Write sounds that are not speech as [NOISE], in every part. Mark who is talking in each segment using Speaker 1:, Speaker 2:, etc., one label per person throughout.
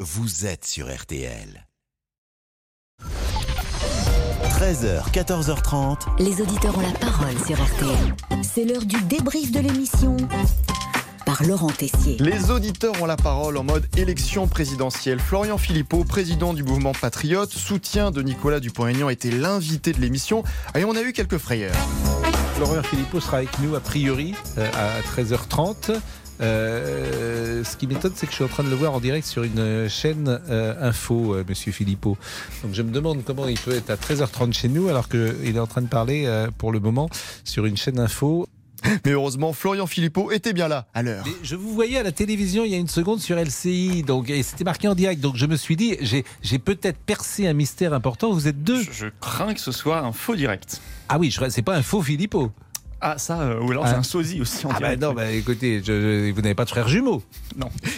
Speaker 1: vous êtes sur RTL. 13h, 14h30.
Speaker 2: Les auditeurs ont la parole sur RTL. C'est l'heure du débrief de l'émission par Laurent Tessier.
Speaker 3: Les auditeurs ont la parole en mode élection présidentielle. Florian Philippot, président du mouvement Patriote, soutien de Nicolas Dupont-Aignan, était l'invité de l'émission et on a eu quelques frayeurs.
Speaker 4: Florian Philippot sera avec nous a priori euh, à 13h30. Euh, ce qui m'étonne, c'est que je suis en train de le voir en direct sur une chaîne euh, info, euh, Monsieur Philippot. Donc je me demande comment il peut être à 13h30 chez nous alors qu'il est en train de parler euh, pour le moment sur une chaîne info.
Speaker 3: Mais heureusement, Florian Philippot était bien là à l'heure.
Speaker 4: Mais je vous voyais à la télévision il y a une seconde sur LCI, donc et c'était marqué en direct. Donc je me suis dit, j'ai j'ai peut-être percé un mystère important. Vous êtes deux.
Speaker 5: Je, je crains que ce soit un faux direct.
Speaker 4: Ah oui, je- c'est pas un faux Philippot.
Speaker 5: Ah, ça, euh, ou alors
Speaker 4: Ah.
Speaker 5: c'est un sosie aussi en
Speaker 4: Ah bah
Speaker 5: direct.
Speaker 4: non, bah écoutez, je- je- vous n'avez pas de frère jumeau.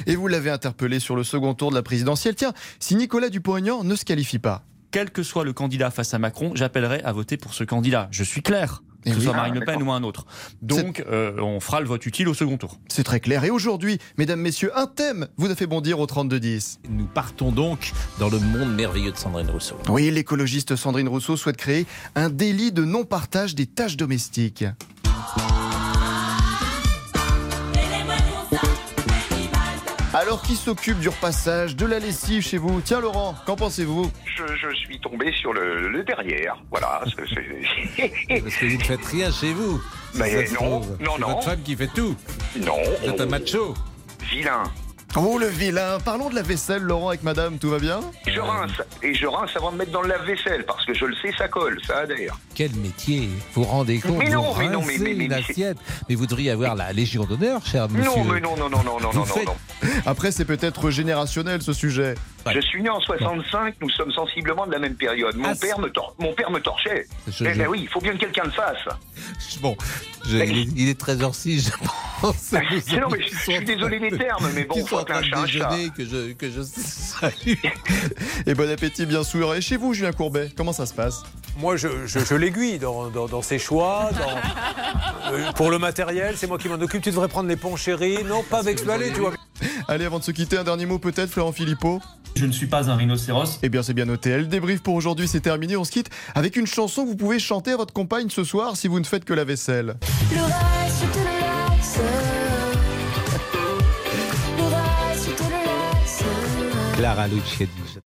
Speaker 3: Et vous l'avez interpellé sur le second tour de la présidentielle. Tiens, si Nicolas Dupont-Aignan ne se qualifie pas.
Speaker 5: Quel que soit le candidat face à Macron, j'appellerai à voter pour ce candidat. Je suis clair. Que
Speaker 3: Eh
Speaker 5: ce
Speaker 3: oui.
Speaker 5: soit
Speaker 3: Ah,
Speaker 5: Marine Le Pen ou un autre. Donc, euh, on fera le vote utile au second tour.
Speaker 3: C'est très clair. Et aujourd'hui, mesdames, messieurs, un thème vous a fait bondir au 32-10.
Speaker 4: Nous partons donc dans le monde merveilleux de Sandrine Rousseau.
Speaker 3: Oui, l'écologiste Sandrine Rousseau souhaite créer un délit de non-partage des tâches domestiques. Alors qui s'occupe du repassage, de la lessive chez vous Tiens Laurent, qu'en pensez-vous
Speaker 6: je, je suis tombé sur le, le derrière. Voilà. c'est- c'est- [LAUGHS]
Speaker 4: Parce que vous ne faites rien chez vous. si
Speaker 6: Mais
Speaker 4: ça se
Speaker 6: non,
Speaker 4: trouve.
Speaker 6: non,
Speaker 4: C'est
Speaker 6: non.
Speaker 4: votre femme qui fait tout.
Speaker 6: non.
Speaker 4: Vous êtes un
Speaker 6: oh,
Speaker 4: macho.
Speaker 6: Vilain.
Speaker 3: Oh le vilain Parlons de la vaisselle Laurent avec madame, tout va bien
Speaker 6: Je rince. Et je rince avant de mettre dans le lave-vaisselle parce que je le sais, ça colle, ça adhère.
Speaker 4: Quel métier Vous vous rendez compte
Speaker 6: Mais
Speaker 4: vous
Speaker 6: non, mais non, mais-
Speaker 4: rincez
Speaker 6: mais- mais-
Speaker 4: une
Speaker 6: mais-
Speaker 4: assiette. Mais vous devriez avoir la Légion d'honneur, cher monsieur.
Speaker 6: Non, mais non, non, non, non, non,
Speaker 4: Vous
Speaker 6: non, non,
Speaker 4: faites-
Speaker 6: non.
Speaker 3: Après c'est peut-être générationnel ce sujet. [LAUGHS]
Speaker 6: Je suis né en 65, nous sommes sensiblement de la même période. Mon,
Speaker 4: Ah,
Speaker 6: père, me tor- mon père me torchait.
Speaker 4: Je-
Speaker 6: eh
Speaker 4: je- Ah,
Speaker 6: ben oui, il faut bien que quelqu'un le fasse.
Speaker 4: Bon, je- il, est, il est 13h06, je pense. à nous
Speaker 6: [LAUGHS] non, mais
Speaker 4: qui
Speaker 6: je
Speaker 4: sont en
Speaker 6: suis désolé
Speaker 4: train
Speaker 6: des
Speaker 4: de-
Speaker 6: termes, mais
Speaker 4: qui sont
Speaker 6: bon, faut
Speaker 4: en train
Speaker 6: qu'un
Speaker 4: de
Speaker 6: chat, un chat.
Speaker 4: déjeuner, que je, que je salue.
Speaker 3: Et bon appétit bien sûr. Et chez vous Julien Courbet, comment ça se passe
Speaker 7: Moi, je, je- je l'aiguille dans, dans- dans ses choix. dans- euh, pour le matériel, c'est moi qui m'en occupe. Tu devrais prendre les ponts, chérie. Non, pas avec le balai, tu vois.
Speaker 3: Allez avant de se quitter, un dernier mot peut-être Florent Philippot
Speaker 8: Je ne suis pas un rhinocéros.
Speaker 3: Eh bien, c'est bien noté. Le débrief pour aujourd'hui, c'est terminé. On se quitte avec une chanson que vous pouvez chanter à votre compagne ce soir si vous ne faites que la vaisselle.
Speaker 9: L'orage, je te le laisse. L'orage, je te le laisse.
Speaker 4: Clara Luciani.